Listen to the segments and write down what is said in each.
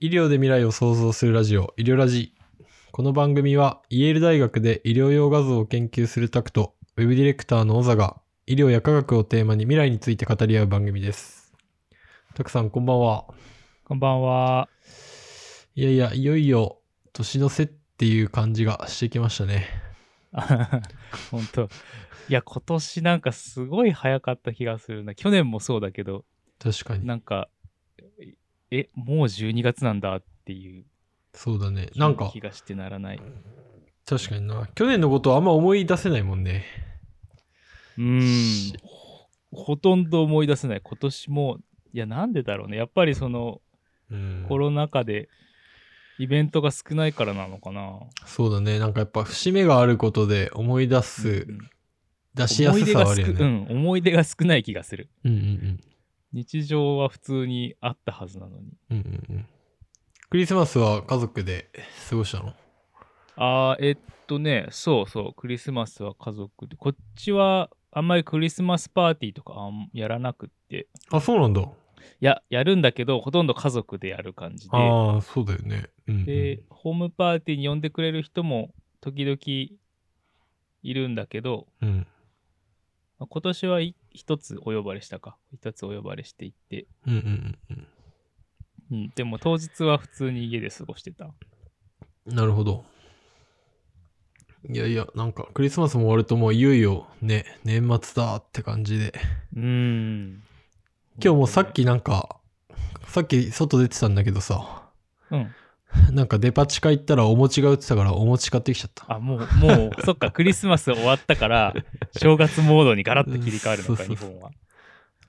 医療で未来を創造するラジオ、医療ラジ。この番組は、イェール大学で医療用画像を研究するタクト、ウェブディレクターの小座が、医療や科学をテーマに未来について語り合う番組です。タクさん、こんばんは。こんばんは。 いやいや、いよいよ、年の瀬っていう感じがしてきましたね。本当。いや、今年なんかすごい早かった気がするな。去年もそうだけど、確かに。なんか、え、もう12月なんだっていうそうだね。なんか気、がしてならない。確かにな。去年のことはあんま思い出せないもんね。うーん。ほとんど思い出せない。今年も、いや、なんでだろうね。やっぱりそのうん。コロナ禍でイベントが少ないからなのかな。そうだね。なんかやっぱ、節目があることで思い出す、うん出しやすさはあるよ思い出が少ね。うん、思い出が少ない気がする。うんうんうん。日常は普通にあったはずなのに。うんうんうんクリスマスは家族で過ごしたのあーえっとね、そうそう、クリスマスは家族で、こっちはあんまりクリスマスパーティーとかあんやらなくって、あそうなんだいや、やるんだけど、ほとんど家族でやる感じで、ああそうだよねうんうんで、ホームパーティーに呼んでくれる人も時々いるんだけど、うんまあ今年はい一つお呼ばれしたか、一つお呼ばれしていって、うんうんうんうん、でも当日は普通に家で過ごしてた。うんなるほどいやいやなんかクリスマスも終わるともういよいよね年末だって感じでうん。今日もさっ、きなんかさっき外出てたんだけどさうん、なんかデパ地下行ったらお餅が売ってたからお餅買ってきちゃったあ、もう、もう、そっか、クリスマス終わったから、正月モードにガラッと切り替わるのか、うんそうそうそ日う本は。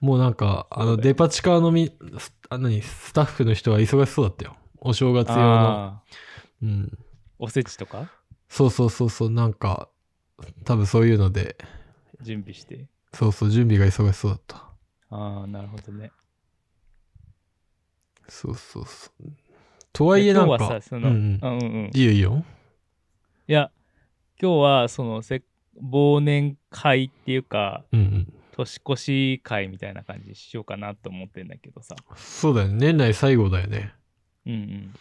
もうなんかあのデパ地下のみスあ何スタッフの人は忙しそうだったよお正月用のあうーんおせちとかそうそうそうそう、なんか、多分そういうので、準備して。そうそう、準備が忙しそうだった。ああ、なるほどね。そうそうそう。とはいえなん今日はかさ、、その、ううんんう、うんん、うんいいいよいいよ。や、今日は、その、せ忘年会っていうか、うんうん。年越し会みたいな感じにしようかなと思ってんだけどさ。そうだよね。年内最後だよね。うんうん。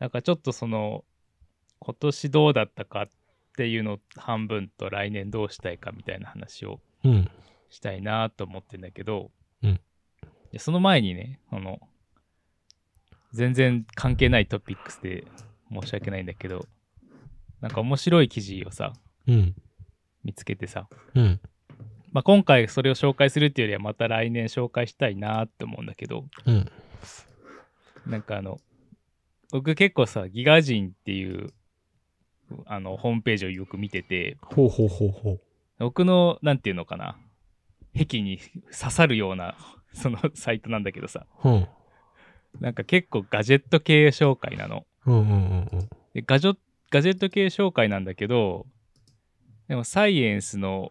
なんかちょっとその、今年どうだったかっていうの半分と来年どうしたいかみたいな話をうん。したいなと思ってんだけど、うんでその前にねあの全然関係ないトピックスで申し訳ないんだけどなんか面白い記事をさうん。見つけてさ、うん。まあ、今回それを紹介するっていうよりはまた来年紹介したいなって思うんだけどうん。なんかあの僕結構さギガ人っていうあのホームページをよく見ててほうほうほうほう。僕のなんていうのかな壁に刺さるようなそのサイトなんだけどさうん。なんか結構ガジェット系紹介なの。うんうんうんうん。でガジョガジェット系紹介なんだけど、でもサイエンスの、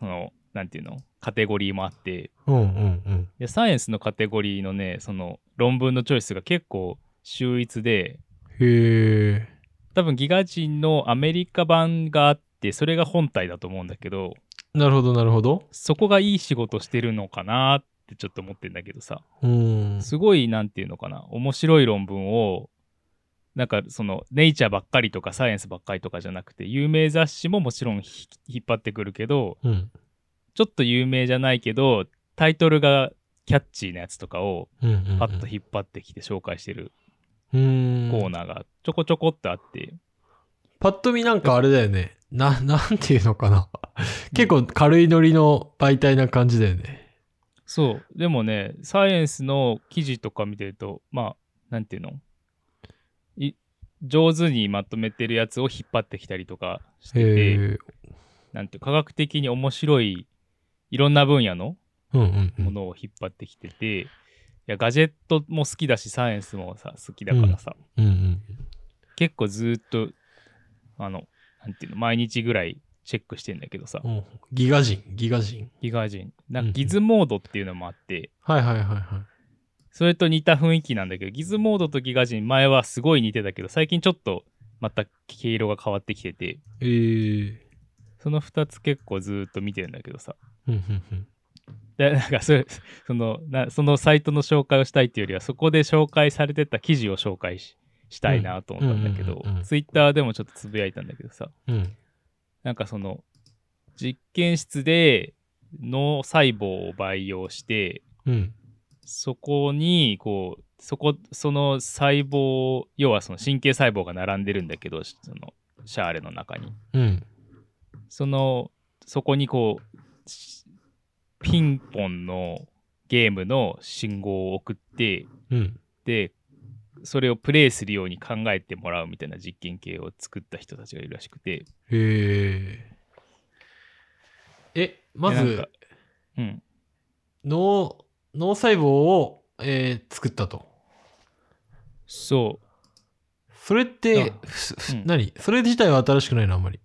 その、なんていうのカテゴリーもあって、うんうんうん。で、サイエンスのカテゴリーのね、その論文のチョイスが結構秀逸で、へえ。多分ギガ人のアメリカ版があって、それが本体だと思うんだけど、なるほどなるほど。そこがいい仕事してるのかなってちょっと思ってんだけどさ。うん。すごい、なんていうのかな、面白い論文を、なんかその、ネイチャーばっかりとか、サイエンスばっかりとかじゃなくて、有名雑誌ももちろんひ引っ張ってくるけど、うん。ちょっと有名じゃないけど、タイトルがキャッチーなやつとかを、うんうんうん。パッと引っ張ってきて紹介してるうん。コーナーがちょこちょこってあって、パッと見なんかあれだよね。な、なんていうのかな。結構軽いノリの媒体な感じだよね。そう、でもね、サイエンスの記事とか見てると、まあ、なんていうのい上手にまとめてるやつを引っ張ってきたりとかしてへて、え。なんていう科学的に面白いいろんな分野のうんうんうんも。のを引っ張ってきてて、いやガジェットも好きだしサイエンスもさ好きだからさ、うんうん。結構ずーっとあのなんていうの毎日ぐらいチェックしてんだけどさ、うんギガ人、ギガ人。ギガ人なうんんうんかギズモードっていうのもあって、はいはいはいはい。それと似た雰囲気なんだけどギズモードとギガ人前はすごい似てたけど最近ちょっとまた毛色が変わってきててえー。その2つ結構ずーっと見てるんだけどさうんうんうん。でなんかそれそのなそのサイトの紹介をしたいっていうよりはそこで紹介されてた記事を紹介ししたいなと思ったんだけうんどうんうんうんツイッターでもちょっとつぶやいたんだけどさうん。なんかその実験室で脳細胞を培養してうん。そこにこうそこその細胞要はその神経細胞が並んでるんだけどそのシャーレの中にうん。そのそこにこうしピンポンのゲームの信号を送ってうん。でそれをプレイするように考えてもらうみたいな実験系を作った人たちがいるらしくてへえ。え、まいやなんずか、うん脳、脳細胞を、えー作ったと。そうそれってあ、ふうん何それ自体は新しくないな、あんまり。い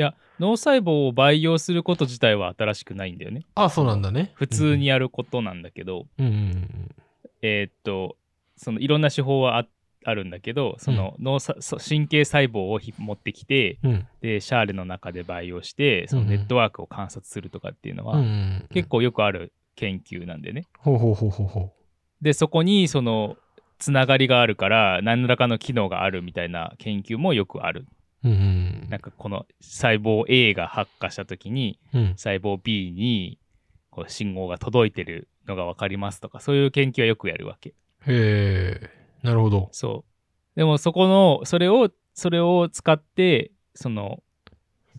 や脳細胞を培養すること自体は新しくないんだよねあ、そうなんだね。普通にやることなんだけど、うん。うんうんえーっとそのいろんな手法はああるんだけどその脳さ、そ神経細胞をひ持ってきてうん。うん。でシャーレの中で培養してそのうんうんネットワークを観察するとかっていうのは、うんうんうん結。構よくある研究なんでねほうほうほうほうほでそこにそのつながりがあるから何らかの機能があるみたいな研究もよくあるう。うんうんなんかこの細胞 A が発火した時にうん。うん。細胞 B にこう信号が届いてるのが分かりますとかそういう研究はよくやるわけへえ。なるほど。そう。でもそこの、それを、それを使って、その、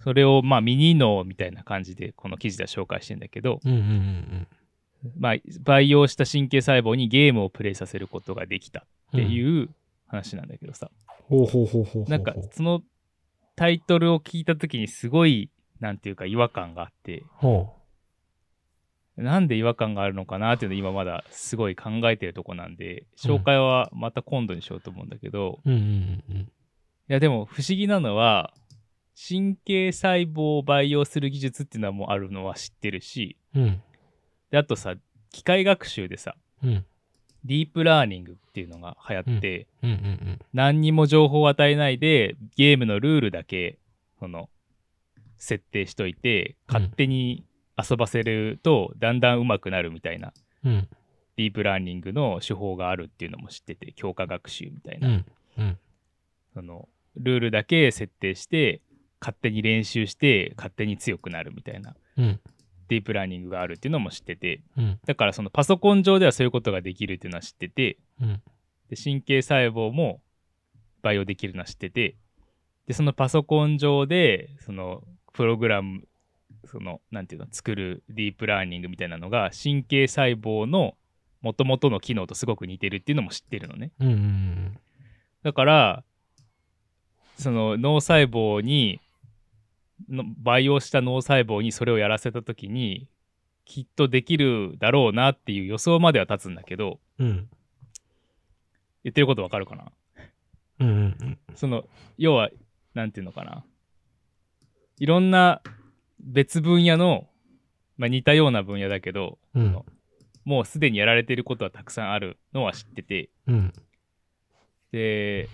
それをまあミニ脳みたいな感じでこの記事では紹介してんだけど、うんうんうんまあ培養した神経細胞にゲームをプレイさせることができたっうん。ていう話なんだけどさ、ほうほうほうほうほう。なんかそのタイトルを聞いた時にすごい、なんていうか違和感があって、ほなんで違和感があるのかなっていうのを今まだすごい考えてるとこなんで、紹介はまた今度にしようと思うんだけど、う。うんうんうんうん。いやでも不思議なのは神経細胞を培養する技術っていうのはもうあるのは知ってるしうん。であとさ機械学習でさうん。ディープラーニングっていうのが流行って、うんうん何にも情報を与えないでゲームのルールだけその設定しといてうん勝手に遊ばせるとだんだん上手くなるみたいな、うん。うん。ディープラーニングの手法があるっていうのも知ってて強化学習みたいな、うん。うん。そのルールだけ設定して勝手に練習して勝手に強くなるみたいなうん。ディープラーニングがあるっていうのも知っててうん。だからそのパソコン上ではそういうことができるっていうのは知っててうん。で神経細胞も培養できるのは知っててでそのパソコン上でそのプログラムそのなんていうの作るディープラーニングみたいなのが神経細胞の元々の機能とすごく似てるっていうのも知ってるのね。うん。うん。だからその脳細胞にの培養した脳細胞にそれをやらせた時にきっとできるだろうなっていう予想までは立つんだけどうん。言ってることわかるかなうん。うん。その要はなんていうのかないろんな別分野の、まあ、似たような分野だけどうん。もうすでにやられてることはたくさんあるのは知ってて、うん。で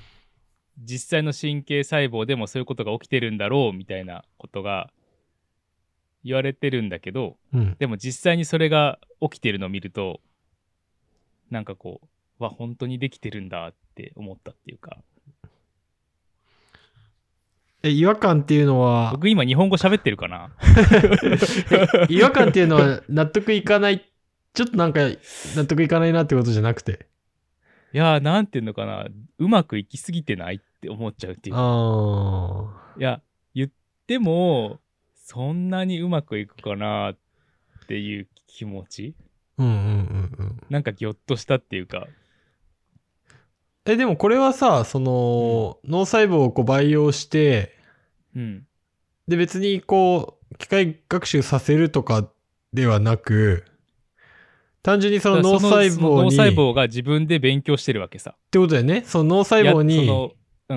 実際の神経細胞でもそういうことが起きてるんだろうみたいなことが言われてるんだけどうん。でも実際にそれが起きてるのを見るとなんかこうわ本当にできてるんだって思ったっていうかえ、違和感っていうのは、僕今日本語喋ってるかな 違和感っていうのは納得いかない、ちょっとなんか納得いかないなってことじゃなくて。いやーなんていうのかなうまくいきすぎてないって思っちゃうっていうかあいや言ってもそんなにうまくいくかなっていう気持ちあ。うんうんうんうん。なんかぎょっとしたっていうかえ、でもこれはさ、その、脳細胞をこう培養して、うん。で別にこう機械学習させるとかではなく単純にその脳細その胞脳に細っ胞が自分で勉強してるわけさ。てことだよねその脳細胞やにそそ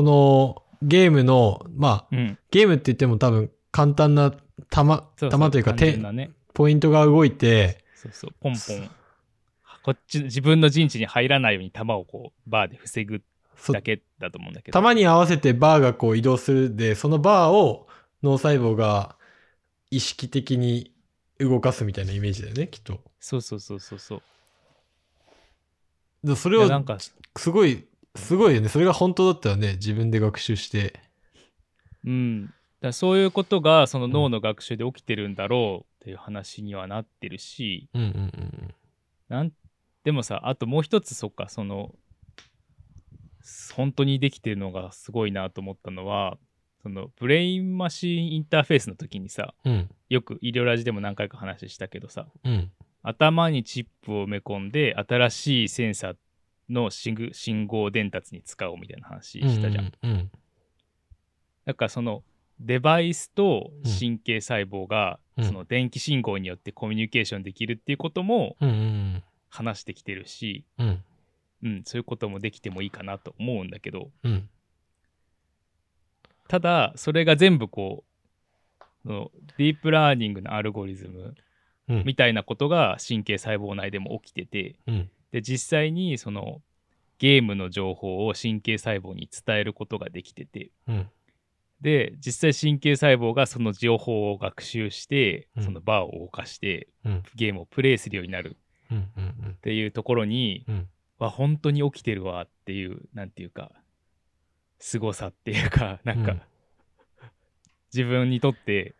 ののうんゲームのまあうん。うん。ゲームって言っても多分簡単な弾そうそう弾というか単純手なね。ポイントが動いてそうそう。ポンポン。こっち、自分の陣地に入らないように弾をこう、バーで防ぐそだけだと思うんだけど。弾に合わせてバーがこう移動するでそのバーを脳細胞が意識的に動かすみたいなイメージだよねきっとそうそうそうそうそうでそいれやなはんかすごいすごいよねそれが本当だったらね自分で学習してうんだからそういうことがその脳の学習で起きてるんだろうっていう話にはなってるし、うんうんうんなんでもさあともう一つそっかその本当にできてるのがすごいなと思ったのはそのブレインマシンインターフェースの時にさうんよく医療ラジでも何回か話したけどさうん頭にチップを埋め込んで新しいセンサーの信号信号伝達に使おうみたいな話したじゃん。うんうんだからそのデバイスと神経細胞がうんその電気信号によってコミュニケーションできるっていうこともうんうん話してきてるし、うんうんうん、そういうこともできてもいいかなと思うんだけどうんただそれが全部こうそのディープラーニングのアルゴリズムうんみたいなことが神経細胞内でも起きててうんで実際にそのゲームの情報を神経細胞に伝えることができててうんで実際神経細胞がその情報を学習してうんそのバーを動かしてうんゲームをプレイするようになるっうんうんていうところに、うんわ本当に起きてるわっていうなんていうか凄さっていうか なんか、うん自分にとって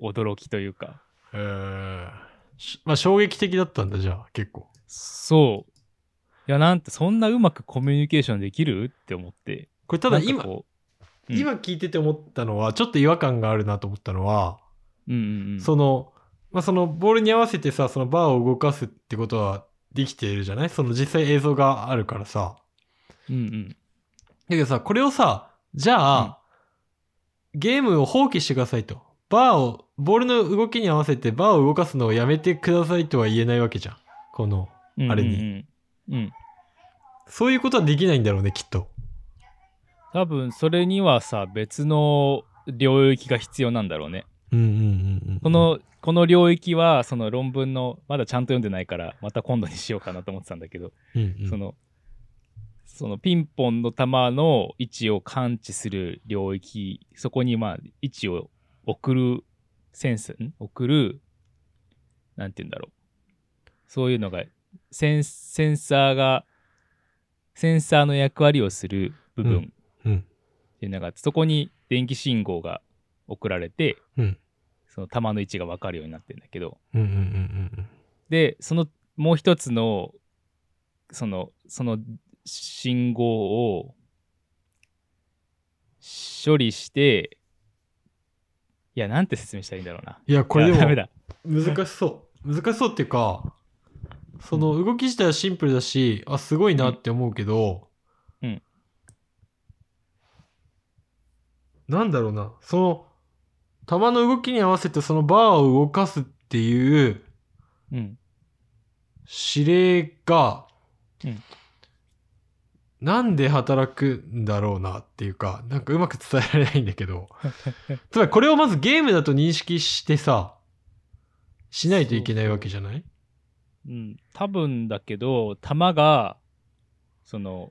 驚きというかえーしまあ衝撃的だったんだじゃあ結構そういやなんてそんなうまくコミュニケーションできるって思ってこれただなんか今こうん今聞いてて思ったのはちょっと違和感があるなと思ったのは、ううんうんうんその、まあ、そのボールに合わせてさそのバーを動かすってことはできているじゃないその実際映像があるからさうんうんだけどさこれをさじゃあ、ゲームを放棄してくださいとバーをボールの動きに合わせてバーを動かすのをやめてくださいとは言えないわけじゃんこのうんうんあれにうんそういうことはできないんだろうねきっと多分それにはさ別の領域が必要なんだろうねうんうんうんうんこのこの領域はその論文のまだちゃんと読んでないからまた今度にしようかなと思ってたんだけど、うんうんそのそのピンポンの球の位置を感知する領域そこにまあ位置を送るセンスん送るなんて言うんだろうそういうのがセンセンサーがセンサーの役割をする部分、うんっていうのがあってそこに電気信号が送られて、うんその弾の位置が分かるようになってるんだけどうんうんうんでそのもう一つのそのその信号を処理していやなんて説明したらいいんだろうないやこれでいやダもメだ難しそう難しそうっていうかその動き自体はシンプルだしあすごいなって思うけどうんなんだろうなその球の動きに合わせてそのバーを動かすっていううん指令が、うんなんで働くんだろうなっていうかなんかうまく伝えられないんだけ どつまりこれをまずゲームだと認識してさしないといけないわけじゃないうん多分だけど弾がその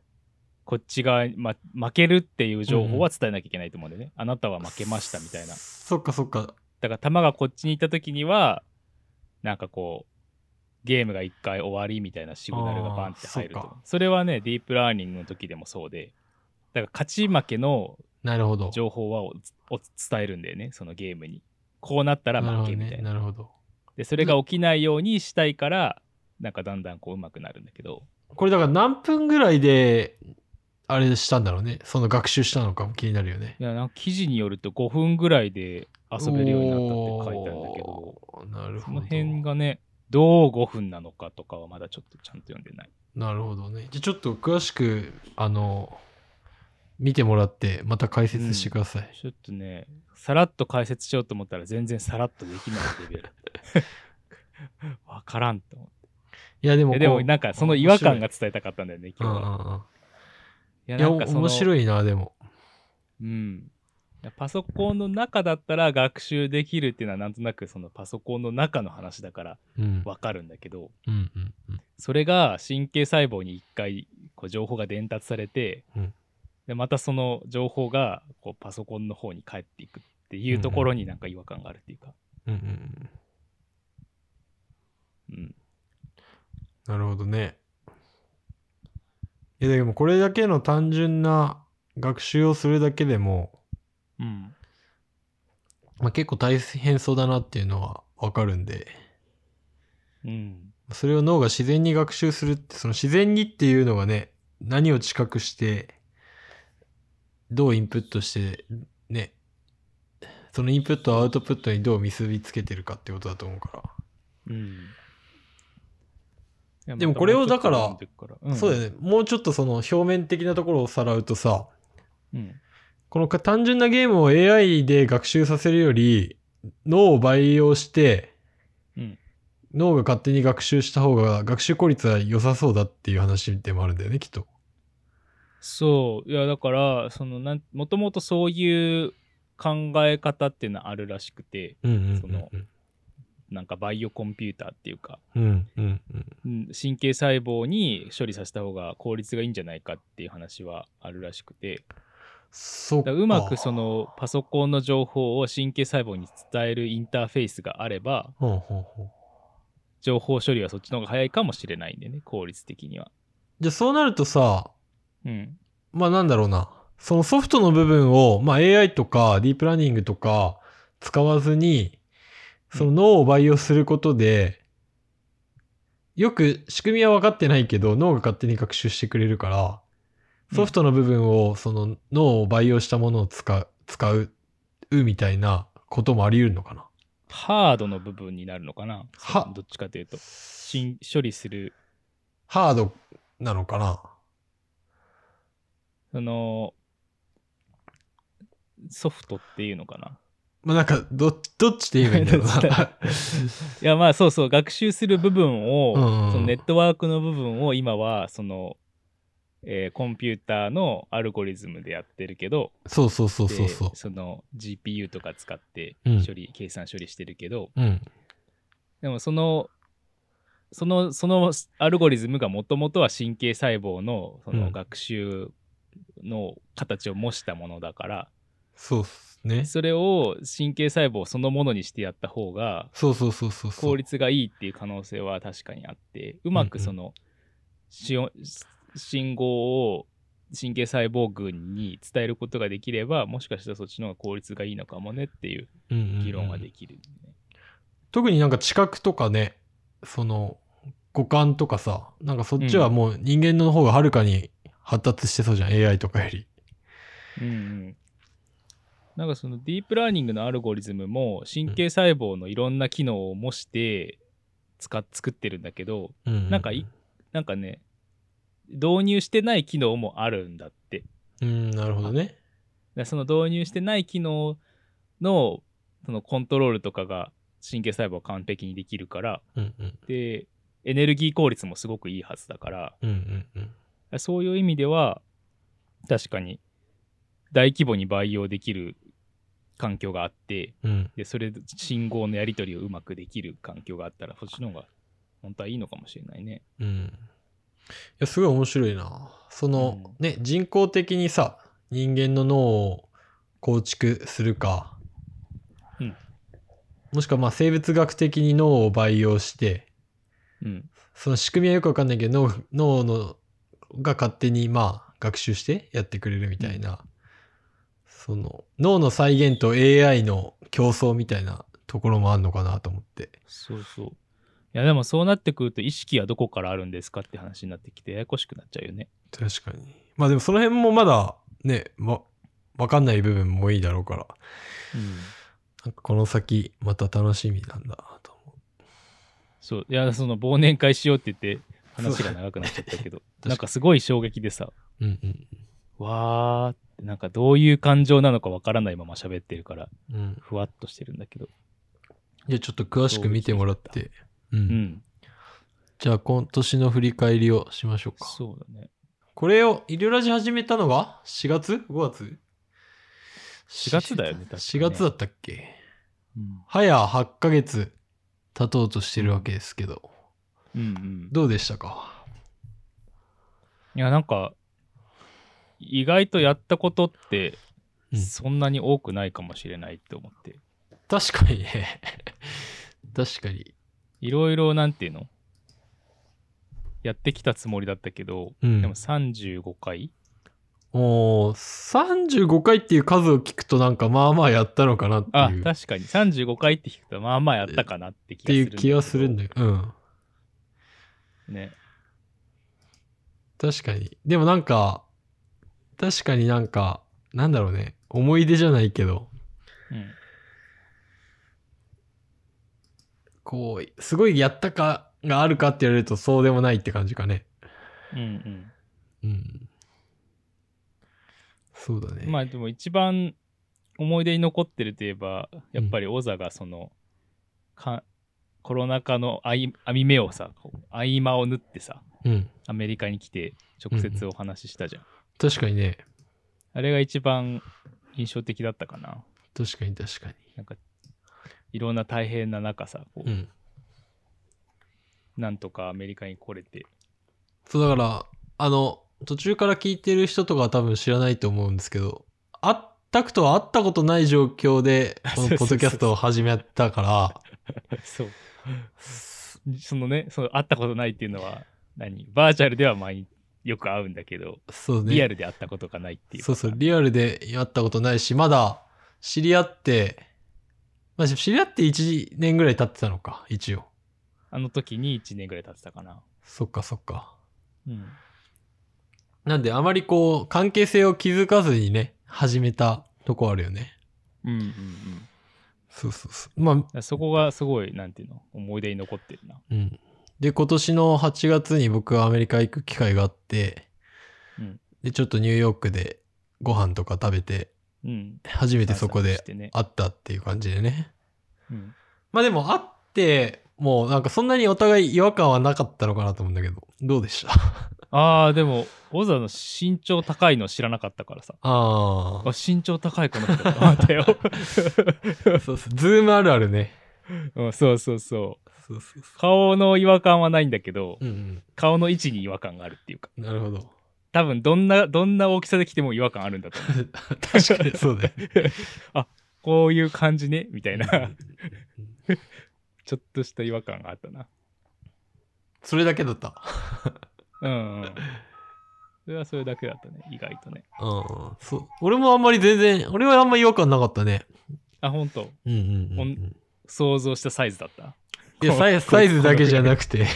こっち側に、ま、負けるっていう情報は伝えなきゃいけないと思うんだよね、あなたは負けましたみたいなそっかそっかだから球がこっちに行った時にはなんかこうゲームが一回終わりみたいなシグナルがバンって入るとあーそそうかれはねディープラーニングの時でもそうでだから勝ち負けのなるほど情報はおお伝えるんだよねそのゲームにこうなったらなるほ負どけみたいねななるほどでそれが起きないようにしたいからなんかだんだんこう上手くなるんだけどこれだから何分ぐらいであれしたんだろうねその学習したのかも気になるよねいやなんか記事によると5分ぐらいで遊べるようになったって書いてあるんだけどおーなるそほどの辺がねどう5分なのかとかはまだちょっとちゃんと読んでない。なるほどね。じゃあちょっと詳しく、あの、見てもらって、また解説してください。ちょっとね、さらっと解説しようと思ったら全然さらっとできないレベ ル。わからんと思っていや、でいもこや。う、でもなんかその違和感が伝えたかったんだよね、うん今う日は。んうん。いやいや、なんかその面白いな、でも。うん。パソコンの中だったら学習できるっていうのはなんとなくそのパソコンの中の話だからうん。わかるんだけど、うんうんうん。それが神経細胞に一回こう情報が伝達されて、うんでまたその情報がこうパソコンの方に返っていくっていうところになんか違和感があるっていうか、うんうんうんうん。なるほどね。いやでもこれだけの単純な学習をするだけでも、うん。まあ、結構大変そうだなっていうのはわかるんで、うん。それを脳が自然に学習するって、その自然にっていうのがね、何を知覚して、どうインプットして、ね、そのインプットをアウトプットにどう結びつけてるかってことだと思うから。うん、でもこれをだからまたもうちょっと読んでくからそうだよね。もうちょっとその表面的なところをさらうとさ、うんこのか単純なゲームを AI で学習させるより、脳を培養して、うん脳が勝手に学習した方が学習効率は良さそうだっていう話でもあるんだよね、きっと。そういやだからそのなんもともとそういう考え方っていうのはあるらしくてうんうんうんうん。そのなんかバイオコンピューターっていうか、うんうんうん。うん神経細胞に処理させた方が効率がいいんじゃないかっていう話はあるらしくてそっだかからうまくそ、のパソコンの情報を神経細胞に伝えるインターフェースがあればほうほうほう情報処理はそっちの方が早いかもしれないんでね効率的には。じゃあそうなるとさ、うんまあなんだろうな。そのソフトの部分を、まあ AI とかディープラーニングとか使わずに、その脳を培養することで、よく仕組みは分かってないけど、脳が勝手に学習してくれるから、ソフトの部分を、その脳を培養したものを使う、使う、みたいなこともあり得るのかな。ハードの部分になるのかなはどっちかというと新処理するハードなのかな。そのソフトっていうのかなまあなんか、ど、どっちで言えばいいんだろう どっちだな。いやまあそうそう学習する部分 を、うんうんそのネットワークの部分を今はその、えーコンピューターのアルゴリズムでやってるけどそうそうそうそうそうで。その GPU とか使ってうん処理、計算処理してるけどうん。でもそのそのそのアルゴリズムがもともとは神経細胞のそうのん学習の形を模したものだから、そうっすね。それを神経細胞そのものにしてやった方がそうそうそうそうそう。効率がいいっていう可能性は確かにあってうまくそのしお信号を神経細胞群に伝えることができればもしかしたらそっちの方が効率がいいのかもねっていううんうんうん議論ができる、ね特になんか知覚とかね、その五感とかさ、なんかそっちはもう人間の方がはるかに発達してそうじゃん、AI とかより。うんうんなんかそのディープラーニングのアルゴリズムも神経細胞のいろんな機能を模して使っ作ってるんだけどうんうなんかいなんかね導入してない機能もあるんだってうん、なるほどね。だからその導入してない機能のそのコントロールとかが神経細胞は完璧にできるからうんうんでエネルギー効率もすごくいいはずだからうんうんうん。そういう意味では確かに大規模に培養できる環境があってうん、でそれ信号のやり取りをうまくできる環境があったらそっちの方が本当はいいのかもしれないね。うん。いや、すごい面白いな。その、ね、人工的にさ、人間の脳を構築するか、うんもしくはまあ生物学的に脳を培養して、うん、その仕組みはよくわかんないけど脳脳のが勝手にまあ学習してやってくれるみたいな、その脳の再現と AI の競争みたいなところもあるのかなと思ってそうそう。いやでもそうなってくると意識はどこからあるんですかって話になってきてややこしくなっちゃうよね。確かにまあでもその辺もまだねわわかんない部分もいいだろうからうんなんかこの先また楽しみなんだなと思うそういやその忘年会しようって言って話が長くなっちゃった けどになんかすごい衝撃でさうんうんわーってなんかどういう感情なのかわからないまま喋ってるからうん、ふわっとしてるんだけどじゃあちょっと詳しく見てもらって、う、うんんじゃあ今年の振り返りをしましょうかそうだねこれを、医療ラジ始めたのが4月 ?5 月4月だよね確かね4月だったっけうん早8ヶ月経とうとしてるわけですけど、うんうんどうでしたかいやなんか意外とやったことってうんそんな に多くないかもしれないって思って、確かにね。確かに。いろいろなんていうのやってきたつもりだったけど、うんでも35回もう35回っていう数を聞くとなんかまあまあやったのかなってあいうっ確かに35回って聞くとまあまあやったかなって気がてすいるう気がするんだよ。うん。ね確かに。でもなんか、確かになんか、なんだろうね。思い出じゃないけど、うんこう、すごいやったかがあるかって言われるとそうでもないって感じかね。うんうん。そうだね。うんまあでも一番思い出に残ってるといえばやっぱりオザがその、かコロナ禍の合い網目をさこう合間を縫ってさうん。アメリカに来て直接お話ししたじゃん、確かにね。あれが一番印象的だったかな確かに確かなんかいろんな大変な中さこう、に。うん。なんとかアメリカに来 れてそうだから、あの、途中から聞いてる人とかは多分知らないと思うんですけど、会ったくとは会ったことない状況 で、このポッドキャストを始めたから、そう そのねその会ったことないっていうのは何バーチャルでは毎日よく会うんだけど、そうね。リアルで会ったことがないっていうそうそう、リアルで会ったことないし、まだ知り合って、まあ、知り合って1年ぐらい経ってたのか、一応。あの時に1年ぐらい経ってたかなそっかそっか。うんなんで、あまりこう、関係性を築かずにね、始めたとこあるよね。うんうんうんだそうそうそう。まあ、からそこがすごいなんていうの思い出に残ってるなうん。で、今年の8月に僕はアメリカ行く機会があって、うんで、ちょっとニューヨークでご飯とか食べて、うん初めてそこ散で策してね会ったっていう感じでね。うんまあでも会って、もうなんかそんなにお互い違和感はなかったのかなと思うんだけど、どうでしたあああでもオザの身長高いの知らなかったからさああ。身長高いこの人と 思ったよ、 そうそう。ズームあるあるね。うん、そうそうそうそうそうそ顔の違和感はないんだけど、う。うん顔の位置に違和感があるっていうかうん。なるほど。多分どんなどんな大きさで来ても違和感あるんだと思う 確かにそうだよ。こういう感じねみたいなうんちょっとした違和感があったなそれだけだった。うん、うん、それはそれだけだったね意外とねうん。そう。俺もあんまり全然、俺はあんまり違和感なかったね。あ本当うんうんうんほうんん。想像したサイズだったいやサイズ、サイズだけじゃなくて、うん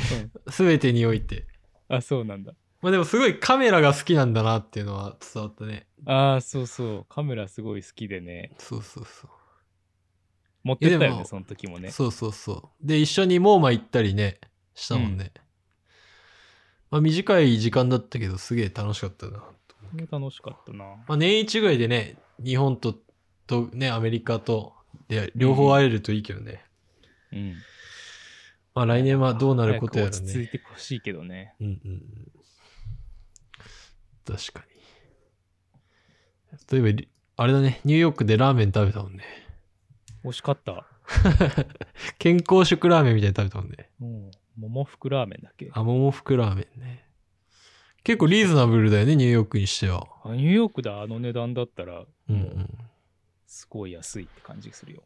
すべてにおいて。あそうなんだまあでもすごいカメラが好きなんだなっていうのは伝わったね。あーそうそうカメラすごい好きでねそうそうそう。持ってったいやよでもねその時もねそうそうそう。で、一緒にモーマ行ったりね、したもんね。まあ短い時間だったけど、すげえ楽しかったな。楽しかったなまあ年一ぐらいでね、日本と、とね、アメリカと、で、両方会えるといいけどね。うんまあ来年はどうなることやら早く落ち着いね。てほしいけどねうんうんうん。確かに。例えばり、あれだね、ニューヨークでラーメン食べたもんね。惜しかった健康食ラーメンみたいに食べたもんね。うん桃福ラーメンだっけあ、桃福ラーメンね。結構リーズナブルだよね、ニューヨークにしては。あニューヨークであの値段だったら、うんう。もうんすごい安いって感じするよ。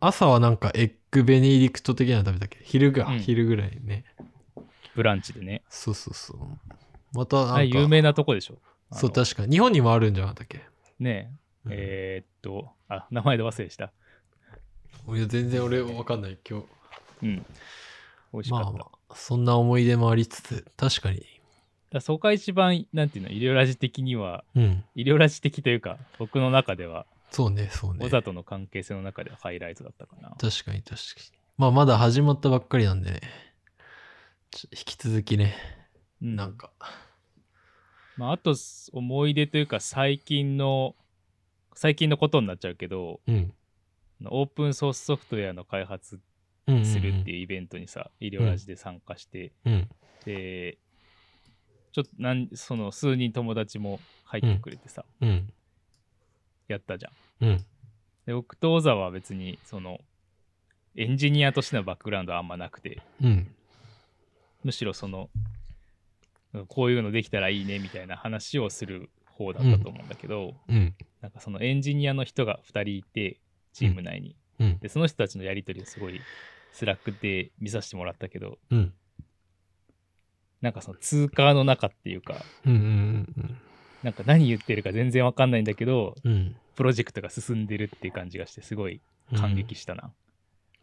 朝はなんかエッグベネディクト的なの食べたっけ昼が、うん昼ぐらいね。ブランチでね。そうそうそう。またなんあか、れ有名なとこでしょ。あのそう、確か。日本にもあるんじゃなかったっけねうんえ、えーっと、あ、名前で忘れした。いや、全然俺わかんない、今日。うん。美味しかまっあた。まあ、そんな思い出もありつつ、確かに。だからそこが一番、なんていうの、医療ラジ的には、うん。医療ラジ的というか、僕の中では、そうね、そうね。確小里の関係性の中ではハイライトだったかな。かに確かに。まあ、まだ始まったばっかりなんでね。ちょ引き続きね、うんなんか。まあ、あと、す思い出というか、最近の、最近のことになっちゃうけど、うん。オープンソースソフトウェアの開発うんうんうんするっていうイベントにさ、医療ラジで参加して、うん。で、ちょっとなんその数人友達も入ってくれてさ、うん。やったじゃん。うん。で、僕と小沢は別に、その、エンジニアとしてのバックグラウンドはあんまなくて、うん。むしろその、こういうのできたらいいねみたいな話をする方だったと思うんだけど、うん。なんかそのエンジニアの人が2人いて、チーム内に。うん。で、その人たちのやり取りをすごいスラックで見させてもらったけど、うん。なんかその通過の中っていうか、うんうんなんか何言ってるか全然わかんないんだけど、うんうん。プロジェクトが進んでるっていう感じがして、すごいうん。感激したな。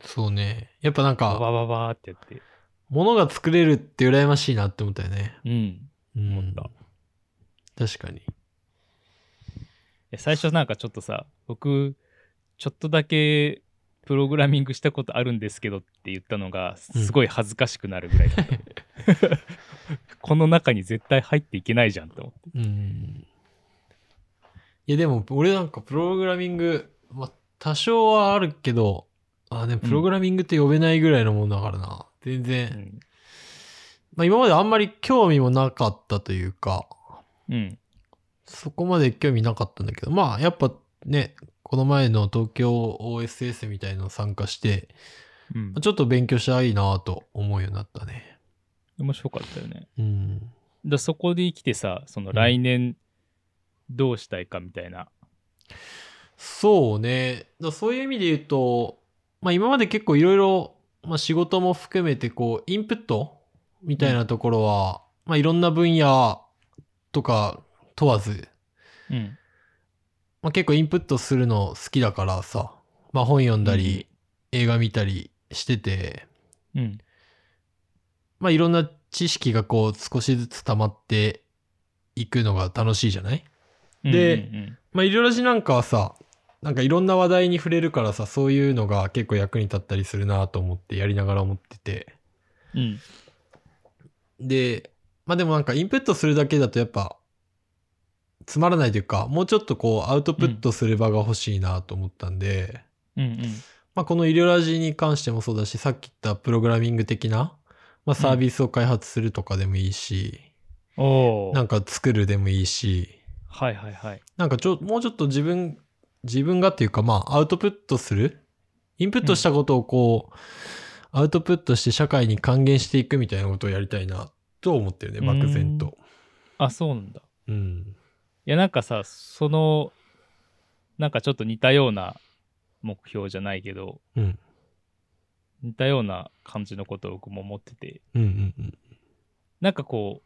そうね。やっぱなんバか、バババーってやって。物が作れるって羨ましいなって思ったよね。うん。うん思った。確かに。いや最初なんかちょっとさ僕ちょっとだけプログラミングしたことあるんですけどって言ったのがうんすごい恥ずかしくなるぐらい だった、この中に絶対入っていけないじゃんと思ってうん。いやでも、俺なんかプログラミング、まあ多少はあるけど、あ、でもプログラミングって呼べないぐらいのものだからな。全う然、ん、まあ今まであんまり興味もなかったというか、うんそこまで興味なかったんだけど、まあやっぱね、この前の東京 OSS みたいの参加して、うんちょっと勉強したらいいなと思うようになったね。面白かったよねうん。だそこで生きてさそのうん来年どうしたいかみたいな、そうね。だそういう意味で言うと、まあ今まで結構いろいろ、まあ仕事も含めてこう、インプットみたいなところは、まあいろんな分野とか問わず、うんまあ結構インプットするの好きだからさ、まあ本読んだり、映画見たりしてて、うんまあいろんな知識がこう少しずつ溜まっていくのが楽しいじゃないでうんまあ、イリオラジなんかはさ、なんかいろんな話題に触れるからさ、そういうのが結構役に立ったりするなと思ってやりながら思ってて。うんうんで、まあでもなんかインプットするだけだとやっぱ、つまらないというか、もうちょっとこうアウトプットする場が欲しいなと思ったんで、うんうんうんまあこのイリオラジに関してもそうだし、さっき言ったプログラミング的な、まあサービスを開発するとかでもいいし、おおなんか作るでもいいし、はいはいはいなんかちょ、もうちょっと自分、自分がっていうか、まあ、アウトプットするインプットしたことをこう、アウトプットして社会に還元していくみたいなことをやりたいな、と思ってるね、うーん漠然と。あそうなんだうん。いやなんかさそのなんかちょっと似たような目標じゃないけどうん。似たような感じのことを僕も思っててうんうんうん。なんかこう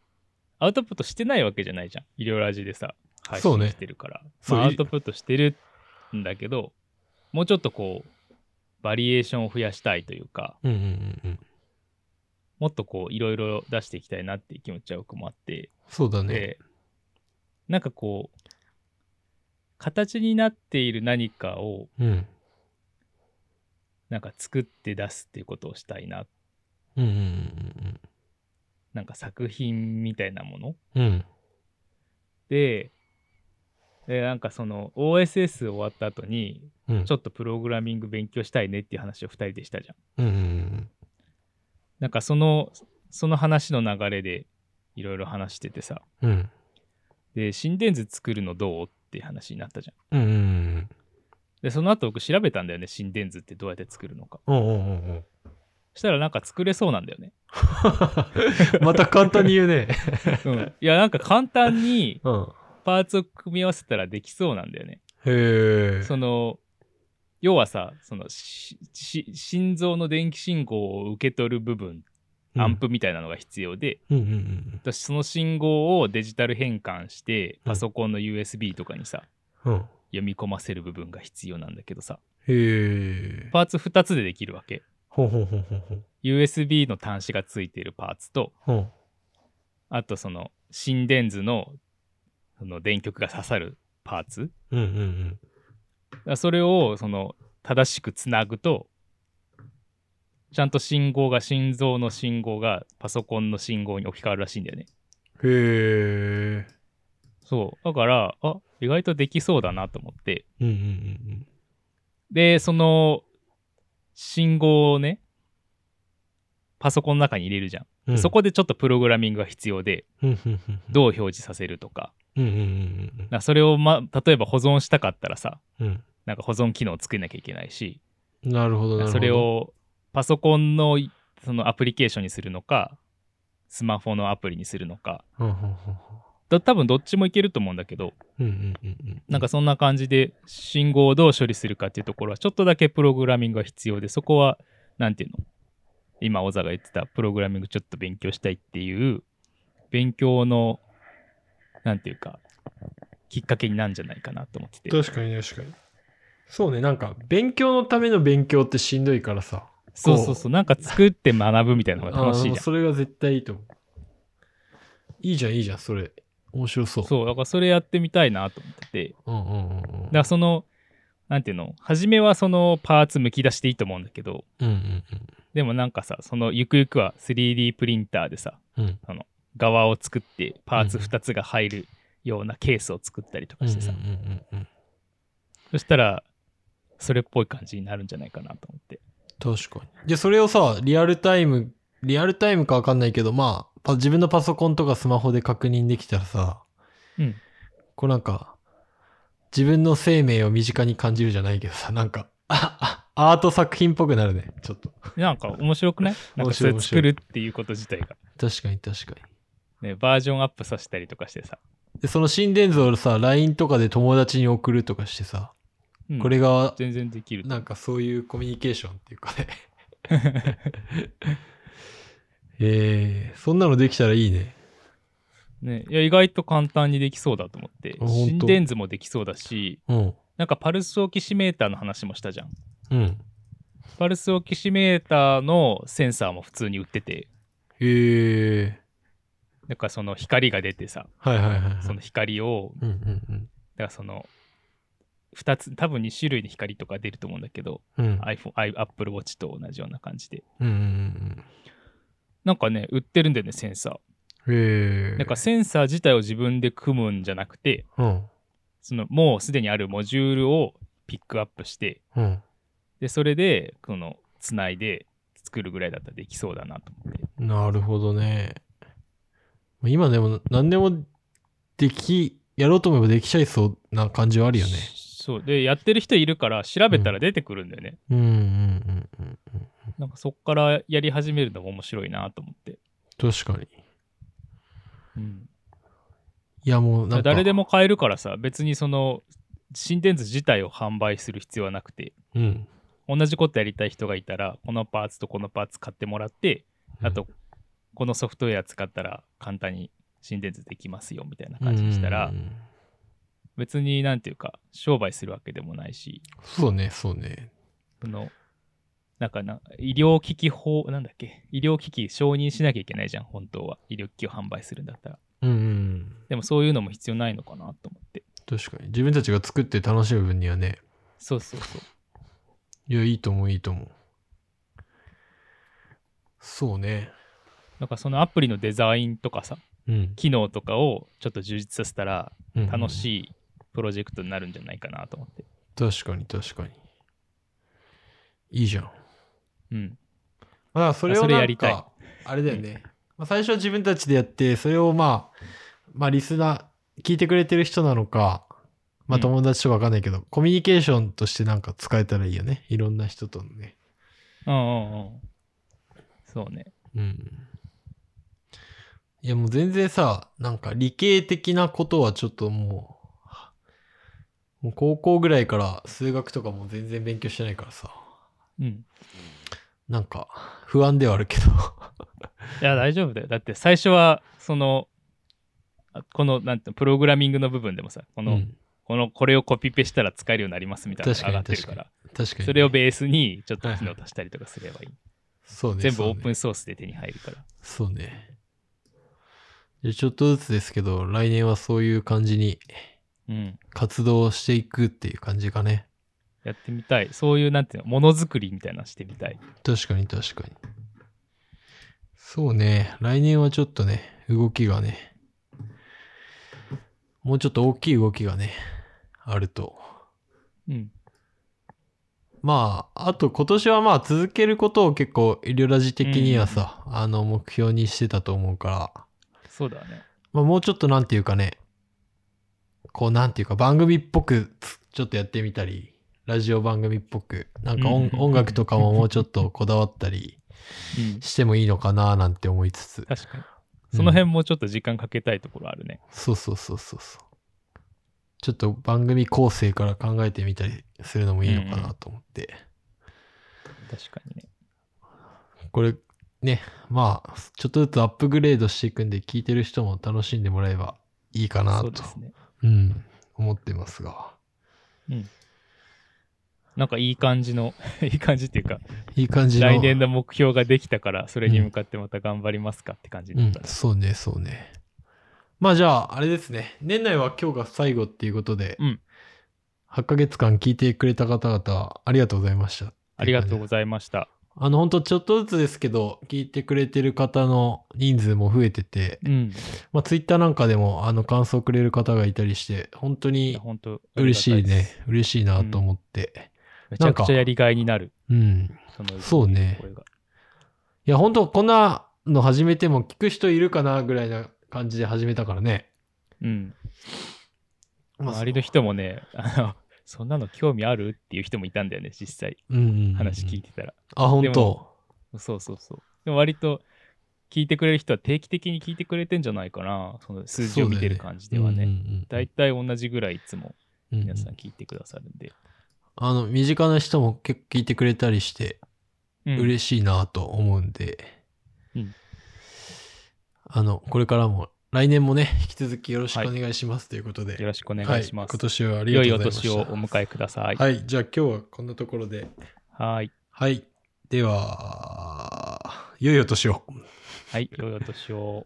アウトプットしてないわけじゃないじゃん医療ラジでさ配そう信ねしてるから、そうまあいアウトプットしてるんだけどもうちょっとこうバリエーションを増やしたいというかうんうんうんうん。もっとこういろいろ出していきたいなっていう気持ちは僕もあって、そうだね。でなんかこう形になっている何かをうん。なんか作って出すっていうことをしたいなうんうんなんか作品みたいなものうんうん。うん。ででなんかその OSS 終わった後にうん。ちょっとプログラミング勉強したいねっていう話を2人でしたじゃうんんうんうんなんかそのその話の流れでいろいろ話しててさうん。うん。で心電図作るのどうっていう話になったじゃんうんうんうんでその後僕調べたんだよね心電図ってどうやって作るのかうん。うんうんうん うん。そしたらなんか作れそうなんだよね、また簡単に言うね。うん、いやなんか簡単にうん。パーツを組み合わせたらできそうなんだよねへえ。その要はさそのしし心臓の電気信号を受け取る部分うんアン。プみたいなのが必要で、うんうんうん私その信号をデジタル変換してうんパソコンの USB とかにさ、うん。うん。読み込ませる部分が必要なんだけどさへえ。パーツ2つでできるわけほんほんほんほんほん。 USB の端子がついているパーツとうん。あとその心電図のその電極が刺さるパーツうんうんうん。だからそれをその正しくつなぐとちゃんと信号が心臓の信号がパソコンの信号に置き換わるらしいんだよねへえ。そうだからあ意外とできそうだなと思ってうんうんうんで、その、信号をね、パソコンの中に入れるじゃん。うん。そこでちょっとプログラミングが必要で、うんうんうんどう表示させるとか、うんうんうんなんかそれを、ま、例えば保存したかったらさ、うんうん。なんか保存機能を作んなきゃいけないし、なるほどなるほど。それ。をパソコンのそのアプリケーションにするのか、スマホのアプリにするのか、うんうんうんだ多分どっちもいけると思うんだけど、うんうんうんうん。なんかそんな感じで信号をどう処理するかっていうところはちょっとだけプログラミングが必要でそこはなんていうの今、小沢が言ってた、プログラミングちょっと勉強したいっていう、勉強の、なんていうか、きっかけになるんじゃないかなと思ってて。確かに確かに。そうね、なんか、勉強のための勉強ってしんどいからさ。そうそうそう、なんか作って学ぶみたいなのが楽しいあじーゃん。そそれが絶対いいと思う。いいじゃん、いいじゃん、それ。面白そう。うだからそれやってみたいなと思ってて。うんうんうんうん。だからその、なんていうの、初めはそのパーツむき出していいと思うんだけど、うんうんでもなんかさ、そのゆくゆくは 3D プリンターでさ、うん。うん側を作ってパーツうんうん2つが入るようなケースを作ったりとうかんうんしてさ、うんうん。そしたら、それっぽい感じになるんじゃないかなと思って。確かに。じゃあそれをさ、リアルタイム、リアルタイムかわかんないけど、まあ、パ自分のパソコンとかスマホで確認できたらさ、うん。こうなんか、自分の生命を身近に感じるじゃないけどさ、なんか、ああアート作品っぽくなるね、ちょっと。なんか面白くないな面んかそ白いれ作るっていうこと自体が。確かに確かに。ね、バージョンアップさせたりとかしてさ。で、その心電図をさ、LINE とかで友達に送るとかしてさ、うんこれが、全然できる。なんかそういうコミュニケーションっていうか ね。えー、そんなのできたらいいね。ね、いや意外と簡単にできそうだと思ってあ。ほん心と電図もできそうだし、うん。なんかパルスオキシメーターの話もしたじゃん。うん。パルスオキシメーターのセンサーも普通に売ってて、へえー。だからその光が出てさ、はいはいはいはい。その光を、うんうんだからその、2つ、多分2種類の光とか出ると思うんだけど、うん。うん。 iPhone、i- Apple Watch と同じような感じで。うんうんなんかね、売ってるんだよね、センサうん。へえー。ー。なんかセンサー自体を自分で組むんじゃなくて、うん。そのもうすでにあるモジュールをピックアップして、うん。で、それで、この、つないで作るぐらいだったらできそうだなと思って。なるほどね。今でも何でもでき、やろうと思えばできちゃいそうな感じはあるよね。そう。で、やってる人いるから、調べたら出てくるんだよね。うんうんうんうんうん。なんかそっからやり始めるのも面白いなと思って。確かに。いやもうなんか。誰で。も買えるからさ、別にその心電図自体を販売する必要はなくて、うん。同じことやりたい人がいたら、このパーツとこのパーツ買ってもらって、あと、このソフトウェア使ったら簡単に心電図できますよみたいなうん、感じにしたらうんう、んうん別になんていうか、商売するわけでもないし、そうね、そうね。その、なんかな医療機器法、なんだっけ、医療機器承認しなきゃいけないじゃん、本当は。医療機器を販売するんだったら。うんうん。でもそういうのも必要ないのかなと思って。確かに。自分たちが作って楽しむ分にはね。そうそうそう。いや、いいと思う、いいと思う。そうね。なんかそのアプリのデザインとかさ、うん。機能とかをちょっと充実させたら楽い。しいプロジェクトになるんじゃないかなと思って。確かに、確かに。いいじゃん。うん。まあ、それをそれなやんりたいか、あれだよね。まあ、最初は自分たちでやって、それをまあ、まあ、リスナー、聞いてくれてる人なのか、まあ、うん友達とかわかんないけど、コミュニケーションとしてなんか使えたらいいよね。いろんな人とのね。うんうんうん。そうね。うん。いや、もう全然さ、なんか理系的なことはちょっともう、もう高校ぐらいから数学とかも全然勉強してないからさ、うん。なんか不安ではあるけど。いや、大丈夫だよ。だって最初は、その、あこの、なんて、プログラミングの部分でもさ、うこの、ん、この、これをコピペしたら使えるようになりますみたいなのが上がってるから、確かに。それをベースにちょっと機能足したりとかすればいい。そうね、全部そうオねープンソースで手に入るから。そうね。でちょっとずつですけど、来年はそういう感じにうん。活動していくっていう感じかね。やってみたい。そういう、なんていうの、ものづくりみたいなのしてみたい。確かに確かに。そうね。来年はちょっとね、動きがね、もうちょっと大きい動きがね、あると。うん。まあ、あと今年はまあ続けることを結構、医療ラジ的にはさ、あの、目標にしてたと思うから、そうだね。まあ、もうちょっとなんていうかね、こうなんていうか番組っぽくつちょっとやってみたり、ラジオ番組っぽく、なんか音うん音楽とかももうちょっとこだわったりうん。してもいいのかななんて思いつつ、確かに。その辺もちょっと時間かけたいところあるね。そうそうそうそうそう。ちょっと番組構成から考えてみたりするのもいいのかなと思って、確かにね。これね、まあ、ちょっとずつアップグレードしていくんで、聞いてる人も楽しんでもらえばいいかなそと、うですね。うん、思ってますが。うん。なんかいい感じの、 いい感じっていうか、いい感じの。来年の目標ができたから、それに向かってまた頑張りますかって感じうになっんた、ね。そうね、そうね。まあじゃあ、あれですね。年内は今日が最後っていうことで、うん8ヶ月間聞いてくれた方々、ありがとうございました。ありがとうごいざいました。ます。あの、本当ちょっとずつですけど、聞いてくれてる方の人数も増えてて、うん。まあ、ツイッターなんかでも、あの、感想くれる方がいたりして、本当いにや本当嬉しいありがたねで。嬉しいなと思って。すめちゃくなんちかゃやりがいになる。うん。そのそうねこれがいや、本当こんなの始めても聞く人いるかなぐらいな感じで始めたからね。うん。ま周りの人もね、あの、そんなの興味あるっていう人もいたんだよね、実際。うんうんうん話聞いてたら。あ、本で当もそうそうそう。でも割と聞いてくれる人は定期的に聞いてくれてんじゃないかな。その数字を見てる感じではね。大体、同じぐらいいつも皆さん聞いてくださるんで。あの身近な人も結構聞いてくれたりしてうん嬉しいなと思うんで、うんあのこれからも来年もね引き続きよろしくお願いしますということで、よろしくお願いしはます。い、今年はありが良というおございました年をお迎えください。はいじゃあ今日はこんなところではい。はいでは良いお年をはい。良いお年を。